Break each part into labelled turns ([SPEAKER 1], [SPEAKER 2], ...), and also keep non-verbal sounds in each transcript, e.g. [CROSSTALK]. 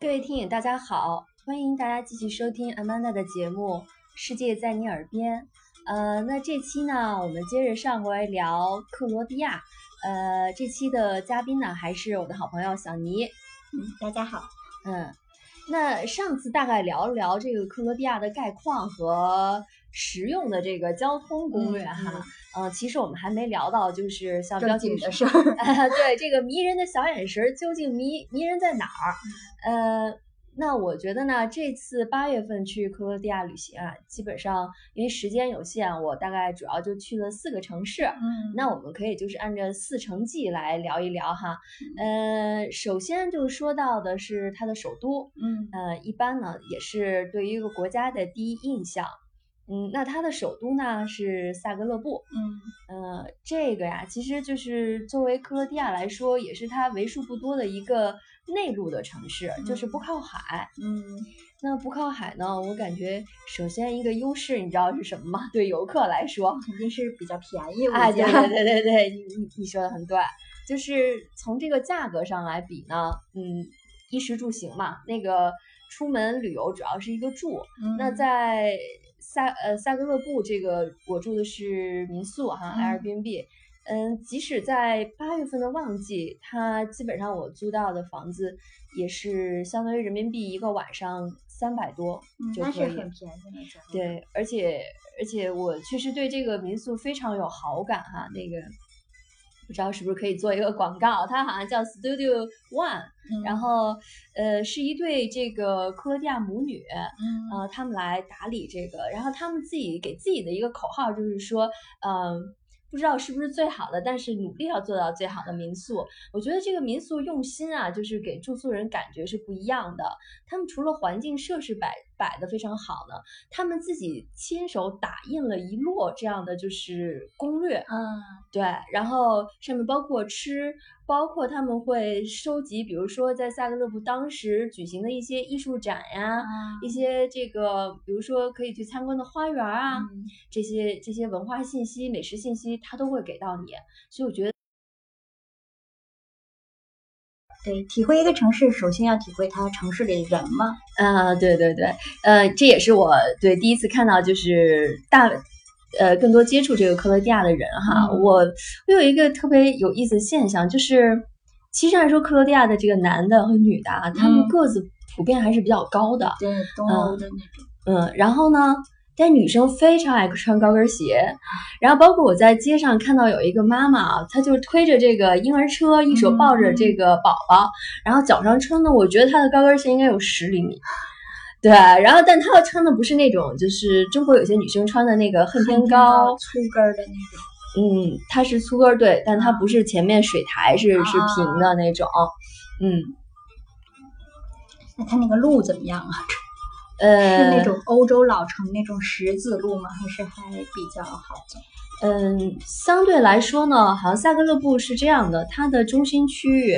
[SPEAKER 1] 各位听友，大家好，欢迎大家继续收听 Amanda 的节目《世界在你耳边》。呃，那这期呢，我们接着上回聊克罗地亚。呃，这期的嘉宾呢，还是我的好朋友小尼。
[SPEAKER 2] 嗯，大家好。
[SPEAKER 1] 嗯，那上次大概聊了聊这个克罗地亚的概况和实用的这个交通攻略哈。
[SPEAKER 2] 嗯
[SPEAKER 1] 呃，其实我们还没聊到，就是像标
[SPEAKER 2] 正
[SPEAKER 1] 题
[SPEAKER 2] 经的事儿。
[SPEAKER 1] 啊， [LAUGHS] 对这个迷人的小眼神儿究竟迷迷人在哪儿？呃，那我觉得呢，这次八月份去克罗地亚旅行啊，基本上因为时间有限，我大概主要就去了四个城市。
[SPEAKER 2] 嗯
[SPEAKER 1] 那我们可以就是按照四城记来聊一聊哈。呃，首先就说到的是它的首都，
[SPEAKER 2] 嗯
[SPEAKER 1] 呃，一般呢也是对于一个国家的第一印象。嗯，那它的首都呢是萨格勒布。
[SPEAKER 2] 嗯
[SPEAKER 1] 呃，这个呀，其实就是作为克罗地亚来说，也是它为数不多的一个内陆的城市，就是不靠海。
[SPEAKER 2] 嗯
[SPEAKER 1] 那不靠海呢，我感觉首先一个优势，你知道是什么吗？对游客来说，
[SPEAKER 2] 肯定是比较便宜。
[SPEAKER 1] 哎，
[SPEAKER 2] 我
[SPEAKER 1] 对
[SPEAKER 2] 觉
[SPEAKER 1] 对
[SPEAKER 2] [LAUGHS] 得
[SPEAKER 1] 对对对，你你你说的很对，就是从这个价格上来比呢，嗯，衣食住行嘛，那个出门旅游主要是一个住，那
[SPEAKER 2] 嗯
[SPEAKER 1] 在萨呃萨格勒布这个，我住的是民宿哈、
[SPEAKER 2] 嗯
[SPEAKER 1] Airbnb。嗯，即使在八月份的旺季，它基本上我租到的房子也是相当于人民币一个晚上三百多
[SPEAKER 2] 嗯
[SPEAKER 1] 就
[SPEAKER 2] 那是
[SPEAKER 1] 可以。
[SPEAKER 2] 很便宜的时候。
[SPEAKER 1] 对，而且而且我确实对这个民宿非常有好感哈、那个不知道是不是可以做一个广告，它好像叫 Studio One，、
[SPEAKER 2] 嗯，
[SPEAKER 1] 然后呃是一对这个克罗地亚母女，
[SPEAKER 2] 嗯
[SPEAKER 1] 呃，他们来打理这个，然后他们自己给自己的一个口号就是说，嗯、不知道是不是最好的，但是努力要做到最好的民宿。我觉得这个民宿用心啊，就是给住宿人感觉是不一样的。他们除了环境设施摆摆的非常好呢，他们自己亲手打印了一摞这样的就是攻略，
[SPEAKER 2] 嗯
[SPEAKER 1] 对，然后上面包括吃，包括他们会收集，比如说在萨格勒布当时举行的一些艺术展呀、
[SPEAKER 2] 啊
[SPEAKER 1] 一些这个，比如说可以去参观的花园儿啊，
[SPEAKER 2] 嗯
[SPEAKER 1] 这些这些文化信息、美食信息，它都会给到你。所以我觉得，
[SPEAKER 2] 对，体会一个城市，首先要体会它城市里的人嘛。
[SPEAKER 1] 啊，对对对，呃，这也是我对第一次看到就是大。呃，更多接触这个克罗地亚的人哈，
[SPEAKER 2] 嗯
[SPEAKER 1] 我我有一个特别有意思的现象，就是其实来说，克罗地亚的这个男的和女的啊，他们
[SPEAKER 2] 嗯
[SPEAKER 1] 个子普遍还是比较高的，
[SPEAKER 2] 对，东欧的那种。
[SPEAKER 1] 嗯，然后呢，但女生非常爱穿高跟鞋，
[SPEAKER 2] 啊
[SPEAKER 1] 然后包括我在街上看到有一个妈妈啊，她就推着这个婴儿车，一
[SPEAKER 2] 嗯
[SPEAKER 1] 手抱着这个宝宝，然后脚上穿的，我觉得她的高跟鞋应该有十厘
[SPEAKER 2] 啊
[SPEAKER 1] 米。对，然后但她要穿的不是那种，就是中国有些女生穿的那个恨天高，
[SPEAKER 2] 粗根儿的那种。
[SPEAKER 1] 嗯，它是粗跟儿对，但它
[SPEAKER 2] 啊
[SPEAKER 1] 不是前面水苔是是平的那种，嗯，
[SPEAKER 2] 那它那个路怎么样啊？
[SPEAKER 1] 呃，
[SPEAKER 2] 是那种欧洲老城那种十字路吗？还是还比较好走？
[SPEAKER 1] 嗯，相对来说呢，好像萨格勒布是这样的，它的中心区域，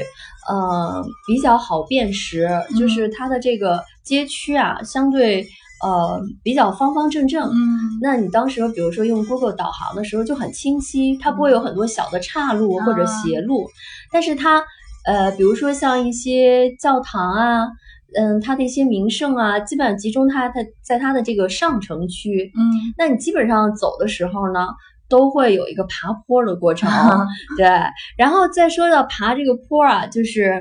[SPEAKER 1] 呃，比较好辨识，就是它的这个街区啊，相对呃比较方方正正。
[SPEAKER 2] 嗯
[SPEAKER 1] 那你当时比如说用 Google 导航的时候就很清晰，它不会有很多小的岔路或者斜路，但是它呃，比如说像一些教堂啊，嗯，它的一些名胜啊，基本上集中它它在它的这个上城区，
[SPEAKER 2] [LAUGHS] 嗯，，
[SPEAKER 1] 那你基本上走的时候呢，都会有一个爬坡的过程 [LAUGHS] 对。然后再说到爬这个坡啊，就是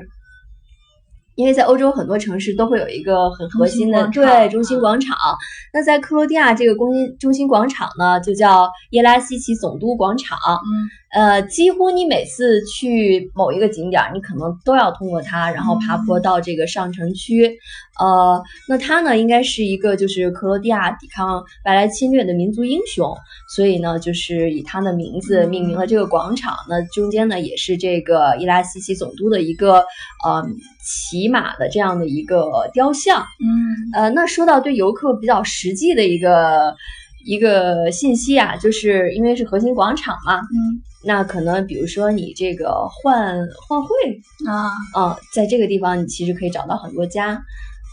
[SPEAKER 1] 因为在欧洲很多城市都会有一个很核心的
[SPEAKER 2] 中心广场嗯
[SPEAKER 1] 对中心广场，那在克罗地亚这个中心中心广场呢，就叫耶拉西奇总督广场。
[SPEAKER 2] 嗯
[SPEAKER 1] 呃，几乎你每次去某一个景点儿，你可能都要通过它，然后爬坡
[SPEAKER 2] 嗯
[SPEAKER 1] 到这个上城区。呃，那它呢，应该是一个就是克罗地亚抵抗外来侵略的民族英雄，所以呢，就是以它的名字命名了这个广场。那中间呢，也是这个伊拉西奇总督的一个呃骑马的这样的一个雕像。
[SPEAKER 2] 嗯
[SPEAKER 1] 呃，那说到对游客比较实际的一个一个信息啊，就是因为是核心广场嘛，
[SPEAKER 2] 嗯
[SPEAKER 1] 那可能比如说你这个换换汇
[SPEAKER 2] 啊
[SPEAKER 1] 呃啊、在这个地方你其实可以找到很多家。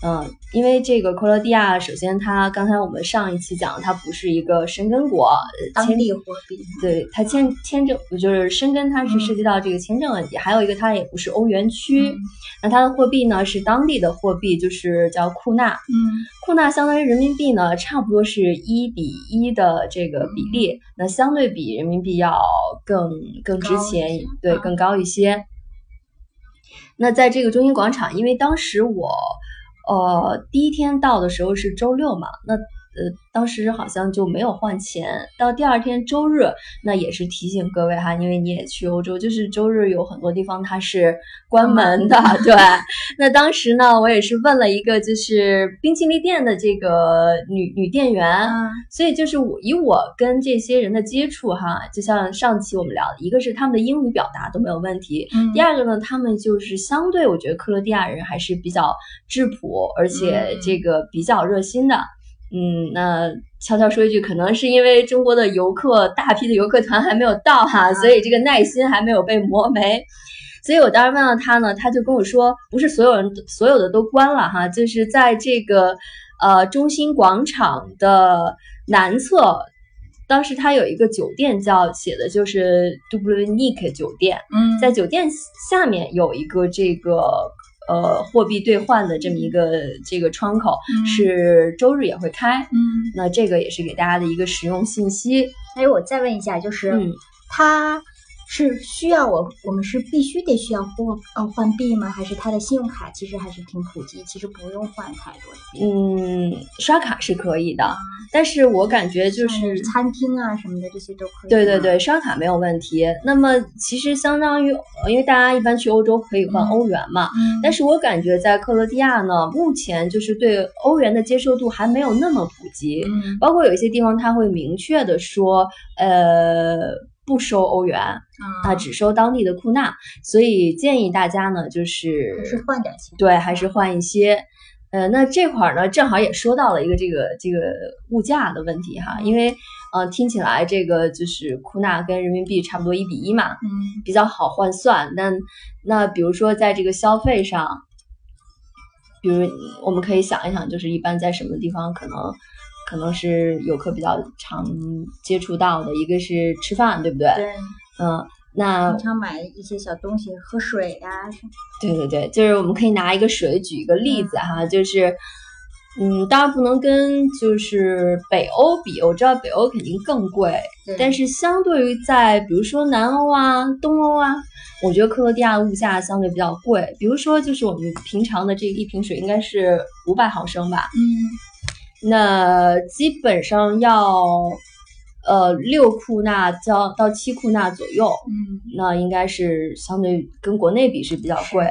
[SPEAKER 1] 嗯，因为这个克罗地亚，首先它刚才我们上一期讲，它不是一个申根国，呃
[SPEAKER 2] 当
[SPEAKER 1] 签
[SPEAKER 2] 地货币。
[SPEAKER 1] 对它签签证就是申根，它是涉及到这个签证问题，还有一个它也不是欧元区，
[SPEAKER 2] 嗯
[SPEAKER 1] 那它的货币呢是当地的货币，就是叫库纳，
[SPEAKER 2] 嗯
[SPEAKER 1] 库纳相当于人民币呢差不多是一比一的这个比例，那相对比人民币要更更值
[SPEAKER 2] 高一
[SPEAKER 1] 钱
[SPEAKER 2] 些，
[SPEAKER 1] 对
[SPEAKER 2] 啊
[SPEAKER 1] 更高一些。那在这个中心广场，因为当时我呃第一天到的时候是周六嘛，那呃当时好像就没有换钱。到第二天周日，那也是提醒各位哈，因为你也去欧洲，就是周日有很多地方它是关门的，对。那当时呢，我也是问了一个就是冰淇淋店的这个女女店员，
[SPEAKER 2] 啊
[SPEAKER 1] 所以就是我以我跟这些人的接触哈，就像上期我们聊的，一个是他们的英语表达都没有问题，
[SPEAKER 2] 嗯
[SPEAKER 1] 第二个呢，他们就是相对我觉得克罗地亚人还是比较质朴，而且
[SPEAKER 2] 嗯
[SPEAKER 1] 这个比较热心的。嗯，那悄悄说一句，可能是因为中国的游客大批的游客团还没有到哈，
[SPEAKER 2] 啊
[SPEAKER 1] 所以这个耐心还没有被磨没。所以我当时问了他呢，他就跟我说，不是所有人所有的都关了哈，就是在这个呃中心广场的南侧，当时他有一个酒店叫写的就是 Dubrovnik 酒店，
[SPEAKER 2] 嗯
[SPEAKER 1] 在酒店下面有一个这个呃货币兑换的这么一个这个窗口，
[SPEAKER 2] 嗯
[SPEAKER 1] 是周日也会开。
[SPEAKER 2] 嗯，
[SPEAKER 1] 那这个也是给大家的一个实用信息。
[SPEAKER 2] 哎，我再问一下，就是、
[SPEAKER 1] 嗯，
[SPEAKER 2] 它是需要我我们是必须得需要换呃换币吗？还是它的信用卡其实还是挺普及，其实不用换太多币。
[SPEAKER 1] 嗯，刷卡是可以
[SPEAKER 2] 嗯
[SPEAKER 1] 的，但是我感觉就
[SPEAKER 2] 像
[SPEAKER 1] 是
[SPEAKER 2] 餐厅啊什么的这些都可以。
[SPEAKER 1] 对对，对，刷卡没有问题。那么其实相当于，呃因为大家一般去欧洲可以换
[SPEAKER 2] 嗯
[SPEAKER 1] 欧元嘛，
[SPEAKER 2] 嗯，
[SPEAKER 1] 但是我感觉在克罗地亚呢，目前就是对欧元的接受度还没有那么普及，
[SPEAKER 2] 嗯
[SPEAKER 1] 包括有一些地方它会明确的说，呃，不收欧元，啊，
[SPEAKER 2] 啊，
[SPEAKER 1] 只收当地的库纳，所以建议大家呢，就
[SPEAKER 2] 还
[SPEAKER 1] 是
[SPEAKER 2] 是换点钱。
[SPEAKER 1] 对，还是换一些。呃，那这块儿呢，正好也说到了一个这个这个物价的问题哈，因为呃，听起来这个就是库纳跟人民币差不多一比一嘛，
[SPEAKER 2] 嗯
[SPEAKER 1] 比较好换算。但那比如说在这个消费上，比如我们可以想一想，就是一般在什么地方可能可能是游客比较常接触到的，一个是吃饭，对不对？
[SPEAKER 2] 对，
[SPEAKER 1] 嗯，那
[SPEAKER 2] 经常买一些小东西，喝水啊什么。
[SPEAKER 1] 对对对，就是我们可以拿一个水举一个例子哈，就是，嗯，当然不能跟就是北欧比，我知道北欧肯定更贵，
[SPEAKER 2] 对
[SPEAKER 1] 但是相对于在比如说南欧啊、东欧啊，我觉得克罗地亚物价相对比较贵。比如说，就是我们平常的这一瓶水应该是五百毫升吧，
[SPEAKER 2] 嗯
[SPEAKER 1] 那基本上要呃六库纳到到七库纳左右，
[SPEAKER 2] 嗯
[SPEAKER 1] 那应该是相对跟国内比是比较贵。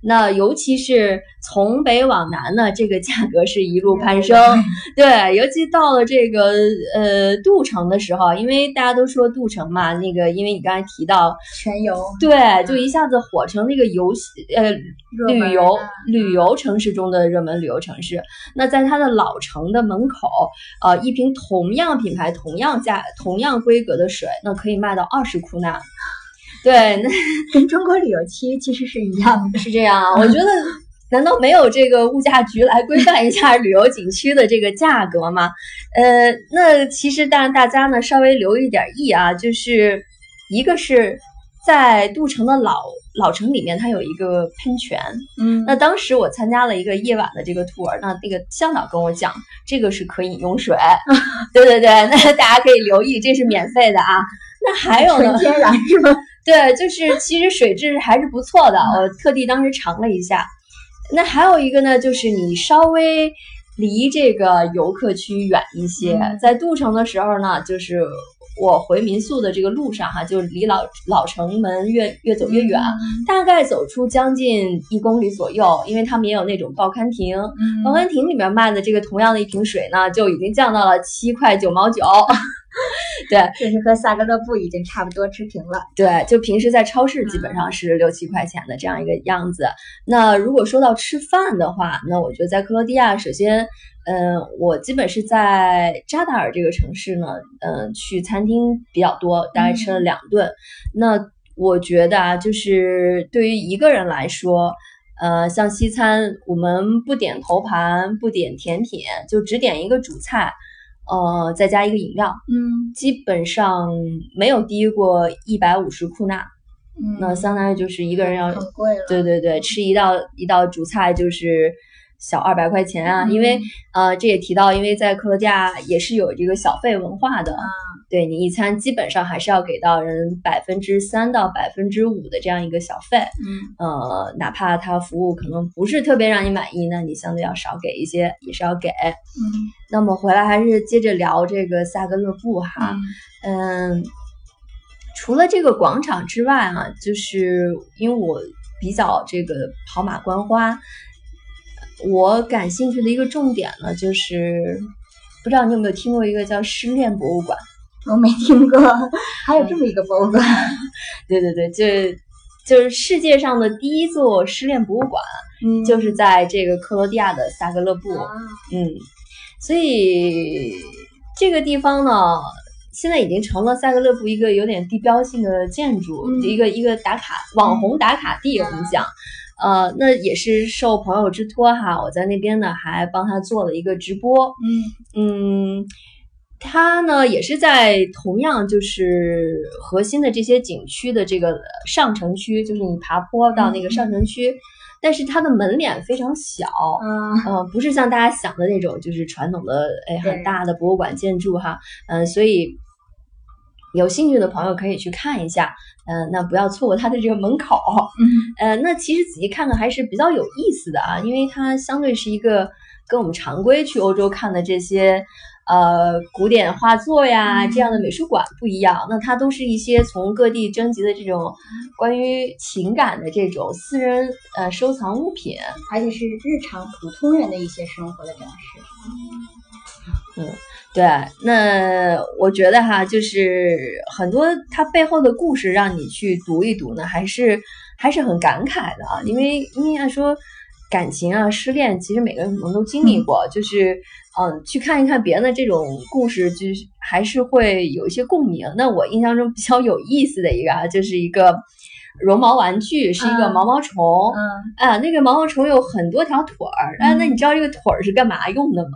[SPEAKER 1] 那尤其是从北往南呢，这个价格是一路攀升。
[SPEAKER 2] 嗯
[SPEAKER 1] 对，尤其到了这个呃杜城的时候，因为大家都说杜城嘛，那个因为你刚才提到，
[SPEAKER 2] 全油
[SPEAKER 1] 对，就一下子火成那个游戏呃
[SPEAKER 2] 嗯热门
[SPEAKER 1] 旅游
[SPEAKER 2] 啊
[SPEAKER 1] 旅游城市中的热门旅游城市。那在它的老城的门口，呃，一瓶同样品牌、同样价、同样规格的水，那可以卖到二十库纳。对，那
[SPEAKER 2] 跟中国旅游期其实是一样的。
[SPEAKER 1] 是这样啊。我觉得，难道没有这个物价局来规范一下旅游景区的这个价格吗？呃，那其实当然大家呢稍微留一点意啊，就是一个是在杜城的老老城里面，它有一个喷泉，
[SPEAKER 2] 嗯
[SPEAKER 1] 那当时我参加了一个夜晚的这个 tour，那那个向导跟我讲，这个是可以饮用水， [LAUGHS] 对对对，那大家可以留意，这是免费的啊。那还有呢
[SPEAKER 2] 纯，天然是吗？
[SPEAKER 1] 对，就是其实水质还是不错的，我特地当时尝了一下。那还有一个呢，就是你稍微离这个游客区远一些，
[SPEAKER 2] 嗯
[SPEAKER 1] 在杜城的时候呢，就是我回民宿的这个路上哈、就离老老城门越越走 [LAUGHS] 越
[SPEAKER 2] 嗯
[SPEAKER 1] 远，啊大概走出将近一公里左右，因为他们也有那种报刊亭，
[SPEAKER 2] 嗯
[SPEAKER 1] 报刊亭里面卖的这个同样的一瓶水呢，就已经降到了七块九毛
[SPEAKER 2] [LAUGHS]
[SPEAKER 1] 九。
[SPEAKER 2] 就是和萨格勒布已经差不多持平了。
[SPEAKER 1] 对，就平时在超市基本上是六七块钱的这样一个样子。那如果说到吃饭的话，那我觉得在克罗地亚，首先，嗯、我基本是在扎达尔这个城市呢，嗯、去餐厅比较多，大概吃了两顿。那我觉得啊，就是对于一个人来说，呃，像西餐我们不点头盘，不点甜品，就只点一个主菜，呃，再加一个饮料，
[SPEAKER 2] 嗯
[SPEAKER 1] 基本上没有低过一百五十库纳，
[SPEAKER 2] 嗯，
[SPEAKER 1] 那相当于就是一个人要
[SPEAKER 2] 很贵了，
[SPEAKER 1] 对对对，吃一道一道主菜就是小二百块钱啊，因为
[SPEAKER 2] 嗯
[SPEAKER 1] 呃，这也提到，因为在克罗地亚也是有这个小费文化的，
[SPEAKER 2] 嗯
[SPEAKER 1] 对你一餐基本上还是要给到人百分之三到百分之五的这样一个小费，
[SPEAKER 2] 嗯
[SPEAKER 1] 呃，哪怕他服务可能不是特别让你满意，那你相对要少给一些，也是要给。
[SPEAKER 2] 嗯
[SPEAKER 1] 那么回来还是接着聊这个萨格勒布哈，
[SPEAKER 2] 嗯
[SPEAKER 1] 嗯，除了这个广场之外啊，就是因为我比较这个跑马观花，我感兴趣的一个重点呢，就是不知道你有没有听过一个叫失恋博物馆？
[SPEAKER 2] 我没听过，还
[SPEAKER 1] 嗯
[SPEAKER 2] 有这么一个博物馆，
[SPEAKER 1] 对对对，就就是世界上的第一座失恋博物馆，
[SPEAKER 2] 嗯
[SPEAKER 1] 就是在这个克罗地亚的萨格勒布。
[SPEAKER 2] 啊
[SPEAKER 1] 嗯，所以这个地方呢，现在已经成了塞格勒布一个有点地标性的建筑，
[SPEAKER 2] 嗯
[SPEAKER 1] 一个一个打卡网红打卡地，我们讲。呃，那也是受朋友之托哈，我在那边呢还帮他做了一个直播，
[SPEAKER 2] 嗯
[SPEAKER 1] 嗯，它呢也是在同样就是核心的这些景区的这个上城区，就是你爬坡到那个上城区，但是它的门脸非常小，
[SPEAKER 2] 啊
[SPEAKER 1] 呃，不是像大家想的那种，就是传统的哎
[SPEAKER 2] 对
[SPEAKER 1] 很大的博物馆建筑哈，嗯、所以有兴趣的朋友可以去看一下，嗯、那不要错过它的这个门口，
[SPEAKER 2] 嗯
[SPEAKER 1] 呃，那其实仔细看看还是比较有意思的啊，因为它相对是一个跟我们常规去欧洲看的这些呃古典画作呀这样的美术馆不一样，那它都是一些从各地征集的这种关于情感的这种私人呃收藏物品，
[SPEAKER 2] 而且是日常普通人的一些生活的展示，
[SPEAKER 1] 对，那我觉得哈，就是很多它背后的故事，让你去读一读呢，还是还是很感慨的啊。因为因为按说感情啊、失恋，其实每个人可能都经历过，就是嗯，去看一看别人的这种故事，就是还是会有一些共鸣。那我印象中比较有意思的一个啊，就是一个绒毛玩具，是一个
[SPEAKER 2] 嗯
[SPEAKER 1] 毛毛虫、
[SPEAKER 2] 嗯，
[SPEAKER 1] 啊，那个毛毛虫有很多条腿儿，啊，那你知道这个腿儿是干嘛用的吗？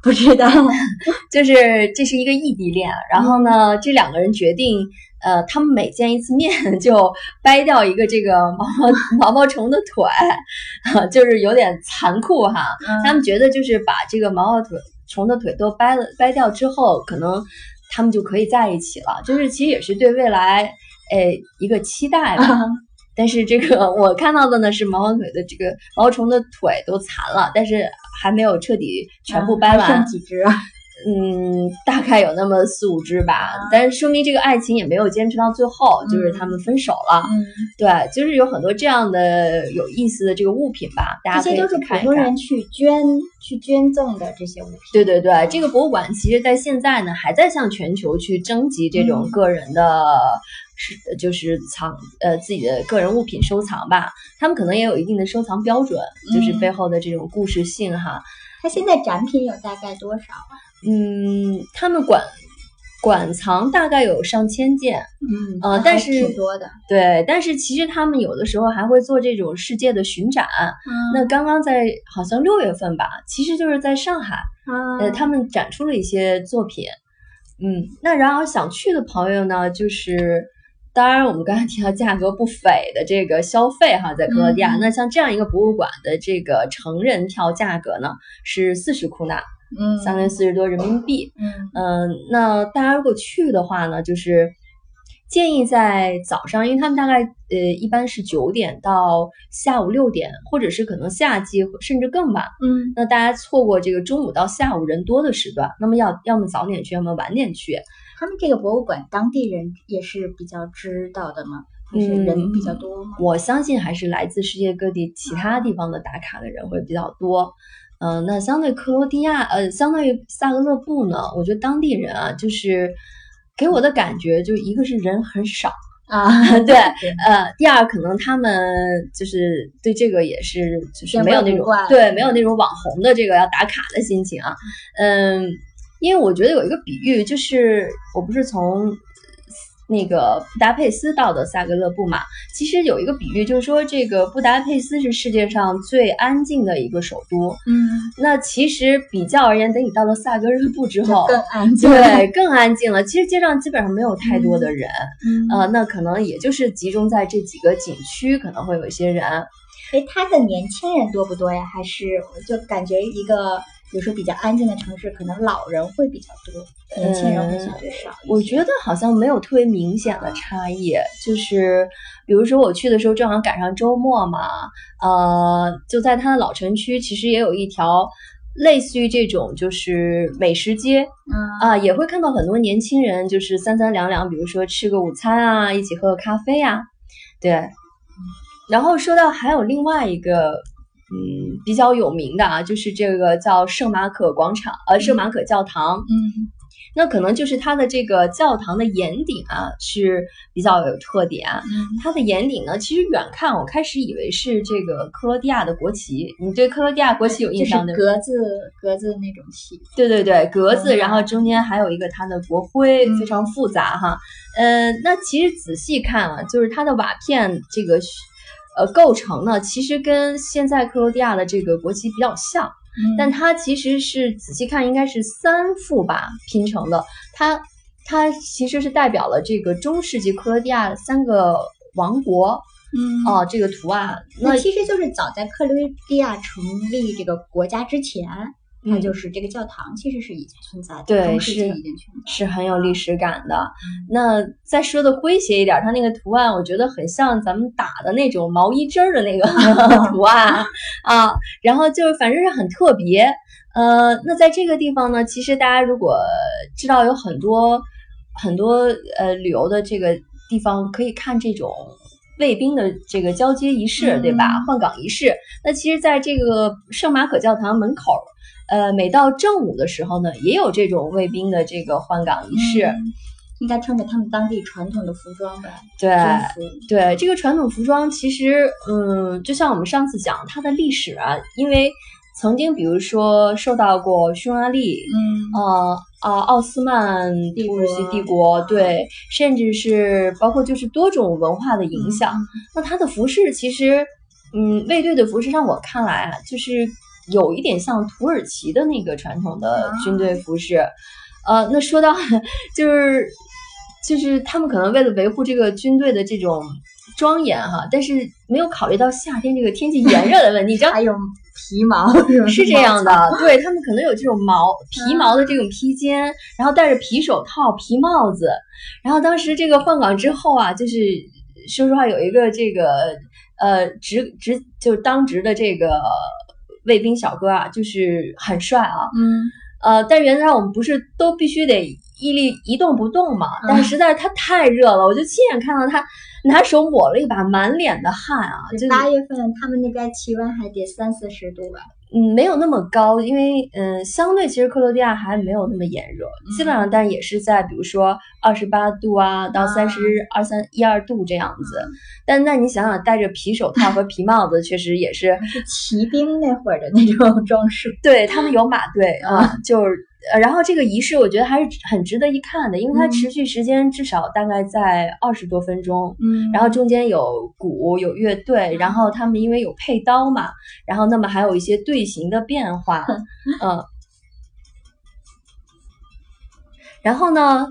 [SPEAKER 2] [LAUGHS] 不知道，
[SPEAKER 1] 啊
[SPEAKER 2] [LAUGHS]
[SPEAKER 1] 就是这是一个异地恋，啊然后呢，
[SPEAKER 2] 嗯
[SPEAKER 1] 这两个人决定，呃，他们每见一次面 [LAUGHS] 就掰掉一个这个毛毛毛毛虫的腿， [LAUGHS] 啊就是有点残酷哈。他
[SPEAKER 2] 嗯
[SPEAKER 1] 们觉得就是把这个毛毛腿虫的腿都掰了掰掉之后，可能他们就可以在一起了，就是其实也是对未来，哎，一个期待吧。
[SPEAKER 2] 啊
[SPEAKER 1] 但是这个我看到的呢是毛毛腿的这个毛毛虫的腿都残了，但是还没有彻底全部掰完，
[SPEAKER 2] 嗯还剩几只啊？
[SPEAKER 1] 嗯，大概有那么四五只吧，但是说明这个爱情也没有坚持到最后，就是他们分手了。
[SPEAKER 2] 嗯，
[SPEAKER 1] 对，就是有很多这样的有意思的这个物品吧，大家可以
[SPEAKER 2] 这些都是
[SPEAKER 1] 去
[SPEAKER 2] 普
[SPEAKER 1] 看一
[SPEAKER 2] 通
[SPEAKER 1] 看。
[SPEAKER 2] 人去捐去捐赠的这些物品，
[SPEAKER 1] 对对对，这个博物馆其实在现在呢，还在向全球去征集这种
[SPEAKER 2] 嗯
[SPEAKER 1] 个人的，是、就是藏呃自己的个人物品收藏吧。他们可能也有一定的收藏标准，就是
[SPEAKER 2] 嗯
[SPEAKER 1] 背后的这种故事性哈。
[SPEAKER 2] 它现在展品有大概多少？
[SPEAKER 1] 嗯，他们馆馆藏大概有上千件。
[SPEAKER 2] 嗯
[SPEAKER 1] 呃
[SPEAKER 2] 还
[SPEAKER 1] 但是
[SPEAKER 2] 挺多的。
[SPEAKER 1] 对，但是其实他们有的时候还会做这种世界的巡展。那刚刚在好像六月份吧，其实就是在上海，
[SPEAKER 2] 那
[SPEAKER 1] 呃，他们展出了一些作品。嗯，那然而想去的朋友呢，就是当然我们刚才提到价格不菲的这个消费哈，在克罗地亚，
[SPEAKER 2] 嗯
[SPEAKER 1] 那像这样一个博物馆的这个成人票价格呢是四十库纳，
[SPEAKER 2] 嗯
[SPEAKER 1] 相当于四十多人民币。
[SPEAKER 2] 嗯
[SPEAKER 1] 嗯，那大家如果去的话呢，就是建议在早上，因为他们大概呃一般是九点到下午六点，或者是可能夏季甚至更晚。
[SPEAKER 2] 嗯
[SPEAKER 1] 那大家错过这个中午到下午人多的时段，那么要要么早点去，要么晚点去。
[SPEAKER 2] 他们这个博物馆当地人也是比较知道的吗？还
[SPEAKER 1] 嗯
[SPEAKER 2] 是人比较多
[SPEAKER 1] [LAUGHS]
[SPEAKER 2] 吗？
[SPEAKER 1] 我相信还是来自世界各地其他地方的打卡的人会比较多。嗯、那相对克罗地亚，呃，相对于萨格勒布呢，我觉得当地人啊，就是给我的感觉，就一个是人很少。
[SPEAKER 2] 啊，
[SPEAKER 1] 对，呃，第二可能他们就是对这个也是就是
[SPEAKER 2] 见
[SPEAKER 1] 没有
[SPEAKER 2] 怪
[SPEAKER 1] 那
[SPEAKER 2] 不
[SPEAKER 1] 种
[SPEAKER 2] 怪
[SPEAKER 1] 对没有那种网红的这个要打卡的心情啊，嗯，因为我觉得有一个比喻，就是我不是从那个布达佩斯到的萨格勒布嘛。其实有一个比喻，就是说这个布达佩斯是世界上最安静的一个首都。
[SPEAKER 2] 嗯，
[SPEAKER 1] 那其实比较而言，等你到了萨格勒布之
[SPEAKER 2] 就
[SPEAKER 1] 后，
[SPEAKER 2] 更安
[SPEAKER 1] 嗯
[SPEAKER 2] 静。
[SPEAKER 1] 对，更安静了。其实街上基本上没有太多的人，
[SPEAKER 2] 嗯，
[SPEAKER 1] 呃，那可能也就是集中在这几个景区，可能会有一些人。
[SPEAKER 2] 哎，它的年轻人多不多呀？还是我就感觉一个，比如说比较安静的城市，可能老人会比较多，年轻人会相对少一些。
[SPEAKER 1] 呃我觉得好像没有特别明显的差异，就是比如说我去的时候正好赶上周末嘛，呃，就在它的老城区，其实也有一条类似于这种就是美食街，
[SPEAKER 2] 嗯，
[SPEAKER 1] 啊，也会看到很多年轻人就是三三两两，比如说吃个午餐啊，一起喝个咖啡啊，对。然后说到还有另外一个，嗯，比较有名的啊，就是这个叫圣马可广场，呃，圣马可教堂。
[SPEAKER 2] 嗯，
[SPEAKER 1] 那可能就是它的这个教堂的檐顶啊是比较有特点。啊
[SPEAKER 2] 嗯，
[SPEAKER 1] 它的檐顶呢，其实远看我开始以为是这个克罗地亚的国旗。你对克罗地亚国旗有印
[SPEAKER 2] 就是
[SPEAKER 1] 象对吗？
[SPEAKER 2] 格子格子那种旗。
[SPEAKER 1] 对对对，格子，
[SPEAKER 2] 嗯
[SPEAKER 1] 然后中间还有一个它的国徽，
[SPEAKER 2] 嗯
[SPEAKER 1] 非常复杂哈。呃，那其实仔细看啊，就是它的瓦片这个呃构成呢，其实跟现在克罗地亚的这个国旗比较像，
[SPEAKER 2] 嗯
[SPEAKER 1] 但它其实是仔细看应该是三幅吧拼成的，它它其实是代表了这个中世纪克罗地亚三个王国
[SPEAKER 2] 嗯
[SPEAKER 1] 哦、这个图案。那
[SPEAKER 2] 那其实就是早在克罗地亚成立这个国家之前，它
[SPEAKER 1] 嗯
[SPEAKER 2] 就是这个教堂其实是已经存在的，
[SPEAKER 1] 对
[SPEAKER 2] 中世纪
[SPEAKER 1] 是
[SPEAKER 2] 已经存在。
[SPEAKER 1] 是很有历史感的。那再说的诙谐一点儿，它那个图案我觉得很像咱们打的那种毛衣针儿的那个图案啊，然后就是反正是很特别。呃，那在这个地方呢，其实大家如果知道有很多很多呃旅游的这个地方可以看这种。卫兵的这个交接仪式，对吧？
[SPEAKER 2] 嗯
[SPEAKER 1] 换岗仪式。那其实，在这个圣马可教堂门口，呃，每到正午的时候呢，也有这种卫兵的这个换岗仪式。
[SPEAKER 2] 嗯应该穿着他们当地传统的服装吧，
[SPEAKER 1] 对
[SPEAKER 2] 军服。
[SPEAKER 1] 对，这个传统服装其实，嗯，就像我们上次讲它的历史啊，因为曾经比如说受到过匈牙利，
[SPEAKER 2] 嗯
[SPEAKER 1] 呃啊奥斯曼
[SPEAKER 2] 帝
[SPEAKER 1] 土耳其
[SPEAKER 2] 国啊
[SPEAKER 1] 帝国，对，甚至是包括就是多种文化的影响。那它的服饰其实，嗯，卫队的服饰让我看来啊，就是有一点像土耳其的那个传统的军队服饰。呃，那说到就是就是他们可能为了维护这个军队的这种庄严哈，但是没有考虑到夏天这个天气炎热的问题，你知道
[SPEAKER 2] 还有皮毛是
[SPEAKER 1] [LAUGHS]
[SPEAKER 2] 吧
[SPEAKER 1] 是这样的，对他们可能有这种毛皮毛的这种披肩，然后戴着皮手套、皮帽子，然后当时这个换岗之后啊，就是说实话有一个这个呃职职就是当值的这个卫兵小哥啊，就是很帅啊，
[SPEAKER 2] 嗯，
[SPEAKER 1] 呃，但原则上我们不是都必须得屹立一动不动嘛，但是实在是他太热了，我就亲眼看到他拿手抹了一把满脸的汗啊，就是
[SPEAKER 2] 八月份他们那边气温还得三四十度吧，
[SPEAKER 1] 嗯，没有那么高，因为嗯，相对其实克罗地亚还没有那么炎热，基本上但也是在比如说二十八度啊到三十二三一二度这样子。但那你想想，戴着皮手套和皮帽子，确实也
[SPEAKER 2] [LAUGHS]
[SPEAKER 1] 是
[SPEAKER 2] 是骑兵那会儿的那种装饰。
[SPEAKER 1] 对他们有马队啊，就是呃，然后这个仪式我觉得还是很值得一看的，因为它
[SPEAKER 2] 嗯
[SPEAKER 1] 持续时间至少大概在二十多分钟，
[SPEAKER 2] 嗯
[SPEAKER 1] 然后中间有鼓有乐队，然后他们因为有配刀嘛，然后那么还有一些队形的变化，嗯。然后呢，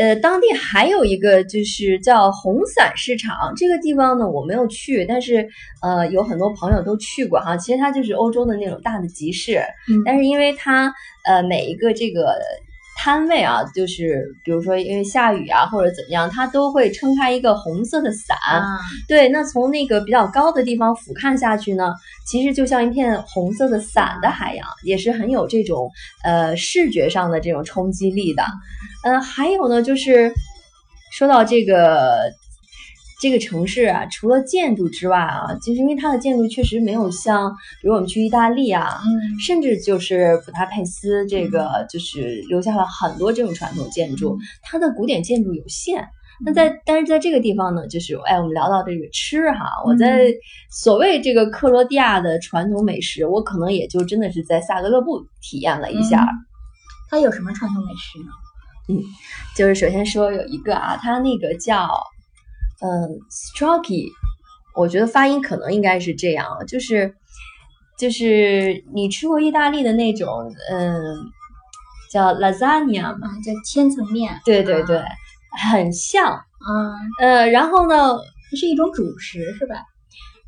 [SPEAKER 1] 呃，当地还有一个就是叫红伞市场，这个地方呢我没有去，但是呃有很多朋友都去过哈。其实它就是欧洲的那种大的集市，但
[SPEAKER 2] 是
[SPEAKER 1] 是因为它呃每一个这个摊位啊，就是比如说因为下雨啊或者怎么样，它都会撑开一个红色的伞。
[SPEAKER 2] 啊，
[SPEAKER 1] 对，那从那个比较高的地方俯瞰下去呢，其实就像一片红色的伞的海洋，也是很有这种呃视觉上的这种冲击力的。嗯、还有呢，就是说到这个。这个城市啊，除了建筑之外啊，其实因为它的建筑确实没有像，比如我们去意大利啊，
[SPEAKER 2] 嗯
[SPEAKER 1] 甚至就是布达佩斯这个，就是留下了很多这种传统建筑，它的古典建筑有限。那在但是在这个地方呢，就是哎，我们聊到这个吃哈，我在所谓这个克罗地亚的传统美食，我可能
[SPEAKER 2] 嗯
[SPEAKER 1] 也就真的是在萨格勒布体验了一下。
[SPEAKER 2] 它有什么传统美食呢？
[SPEAKER 1] 就是首先说有一个啊，它那个叫嗯 stroky，我觉得发音可能应该是这样啊，就是就是你吃过意大利的那种嗯叫 lasagna 吗？
[SPEAKER 2] 啊，叫千层面。
[SPEAKER 1] 对对对
[SPEAKER 2] 啊，，
[SPEAKER 1] 很像。
[SPEAKER 2] 啊
[SPEAKER 1] 呃，然后呢，
[SPEAKER 2] 它是一种主食是吧？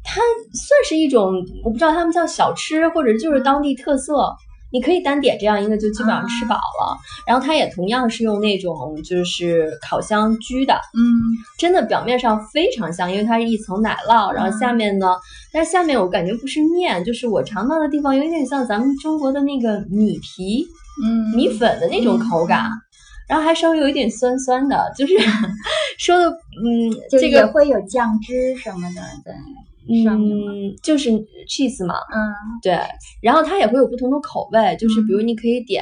[SPEAKER 1] 算是一种，我不知道他们叫小吃，或者就是当地特色。你可以单点这样一个，就基本上吃饱了。然后它也同样是用那种就是烤箱焗的，
[SPEAKER 2] 嗯，
[SPEAKER 1] 真的表面上非常像，因为它是一层奶酪，然后下面呢，但是下面我感觉不是面，就是我尝到的地方有点像咱们中国的那个米皮、
[SPEAKER 2] 嗯，
[SPEAKER 1] 米粉的那种口感，然后还稍微有一点酸酸的，就是 [LAUGHS] 说的嗯，
[SPEAKER 2] 就
[SPEAKER 1] 这
[SPEAKER 2] 也
[SPEAKER 1] 个
[SPEAKER 2] 会有酱汁什么的，对，上面吗
[SPEAKER 1] 嗯就是 cheese 嘛，
[SPEAKER 2] 嗯，
[SPEAKER 1] 对，然后它也会有不同的口味，就是比如你可以点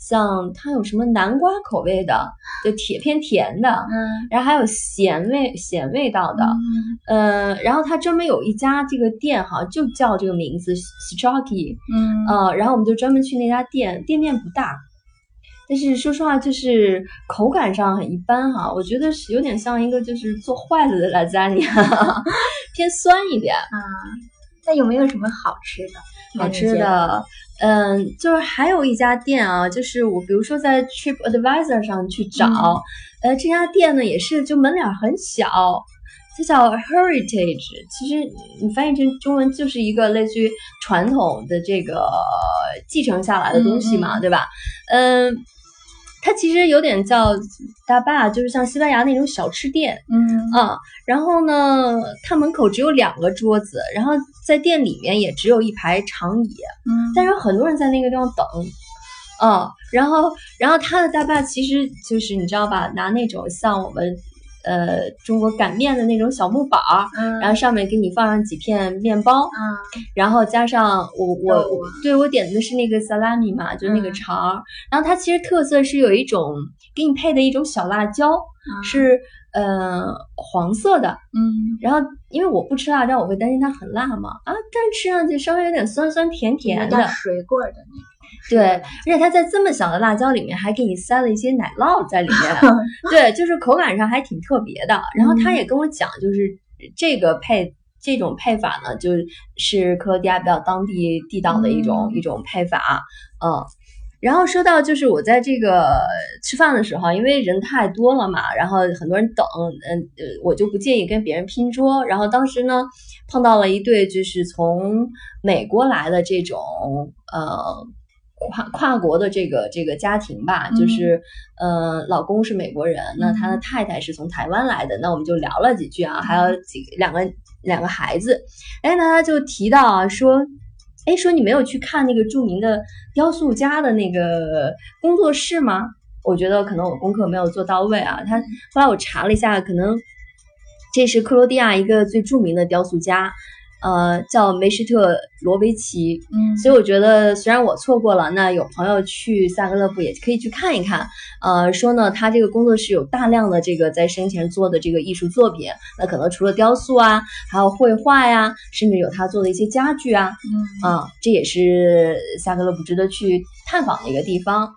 [SPEAKER 1] 像它有什么南瓜口味的，就铁偏甜的，
[SPEAKER 2] 嗯
[SPEAKER 1] 然后还有咸味咸味道的，
[SPEAKER 2] 嗯
[SPEAKER 1] 呃，然后它专门有一家这个店哈，就叫这个名字 Stroky，
[SPEAKER 2] 嗯
[SPEAKER 1] 呃，然后我们就专门去那家店，店面不大。但是说实话，就是口感上很一般哈，我觉得是有点像一个就是做坏了的 lasagna，偏酸一点。
[SPEAKER 2] 啊，那有没有什么好吃的？
[SPEAKER 1] 好
[SPEAKER 2] 让你
[SPEAKER 1] 吃
[SPEAKER 2] 觉得，
[SPEAKER 1] 的，嗯，就是还有一家店啊，就是我比如说在 Trip Advisor 上去找，
[SPEAKER 2] 嗯
[SPEAKER 1] 呃，这家店呢也是就门脸儿很小，它叫 Heritage，其实你翻译成中文就是一个类似于传统的这个继承下来的东西嘛，
[SPEAKER 2] 嗯嗯
[SPEAKER 1] 对吧？嗯，它其实有点叫大坝，就是像西班牙那种小吃店，
[SPEAKER 2] 嗯
[SPEAKER 1] 嗯，然后呢，它门口只有两个桌子，然后在店里面也只有一排长椅，
[SPEAKER 2] 嗯，
[SPEAKER 1] 呃但是很多人在那个地方等。嗯，然后，然后他的大坝其实就是你知道吧，拿那种像我们呃中国擀面的那种小木板儿，
[SPEAKER 2] 嗯
[SPEAKER 1] 然后上面给你放上几片面包，
[SPEAKER 2] 啊
[SPEAKER 1] 然后加上我我
[SPEAKER 2] 肉
[SPEAKER 1] 我对我点的是那个萨拉米嘛，就是那个
[SPEAKER 2] 嗯
[SPEAKER 1] 肠儿，然后它其实特色是有一种给你配的一种小辣椒，
[SPEAKER 2] 啊
[SPEAKER 1] 是呃黄色的，
[SPEAKER 2] 嗯
[SPEAKER 1] 然后因为我不吃辣椒，我会担心它很辣嘛啊，但吃上去稍微有点酸酸甜甜
[SPEAKER 2] 有
[SPEAKER 1] 的
[SPEAKER 2] 点，水果的
[SPEAKER 1] 对，而且它在这么小的辣椒里面还给你塞了一些奶酪在里
[SPEAKER 2] [LAUGHS]
[SPEAKER 1] 面，对，就是口感上还挺特别的。然后他
[SPEAKER 2] 嗯
[SPEAKER 1] 也跟我讲，就是这个配。这种配法呢，就是克罗地亚比较当地地道的一种、
[SPEAKER 2] 嗯
[SPEAKER 1] 一种配法，嗯。然后说到就是我在这个吃饭的时候，因为人太多了嘛，然后很多人等，嗯呃，我就不介意跟别人拼桌。然后当时呢，碰到了一对就是从美国来的这种呃跨跨国的这个这个家庭吧，
[SPEAKER 2] 嗯
[SPEAKER 1] 就是呃老公是美国人，那他的
[SPEAKER 2] 嗯
[SPEAKER 1] 太太是从台湾来的，那我们就聊了几句啊，还有几两个两个孩子，哎，那他就提到啊说。哎，说你没有去看那个著名的雕塑家的那个工作室吗？我觉得可能我功课没有做到位啊。他后来我查了一下，可能这是克罗地亚一个最著名的雕塑家，呃，叫梅什特罗维奇。
[SPEAKER 2] 嗯，
[SPEAKER 1] 所以我觉得，虽然我错过了，那有朋友去萨格勒布也可以去看一看。呃，说呢，他这个工作室有大量的这个在生前做的这个艺术作品，那可能除了雕塑啊，还有绘画呀、甚至有他做的一些家具啊，
[SPEAKER 2] 嗯
[SPEAKER 1] 啊，这也是萨格勒布值得去探访的一个地方。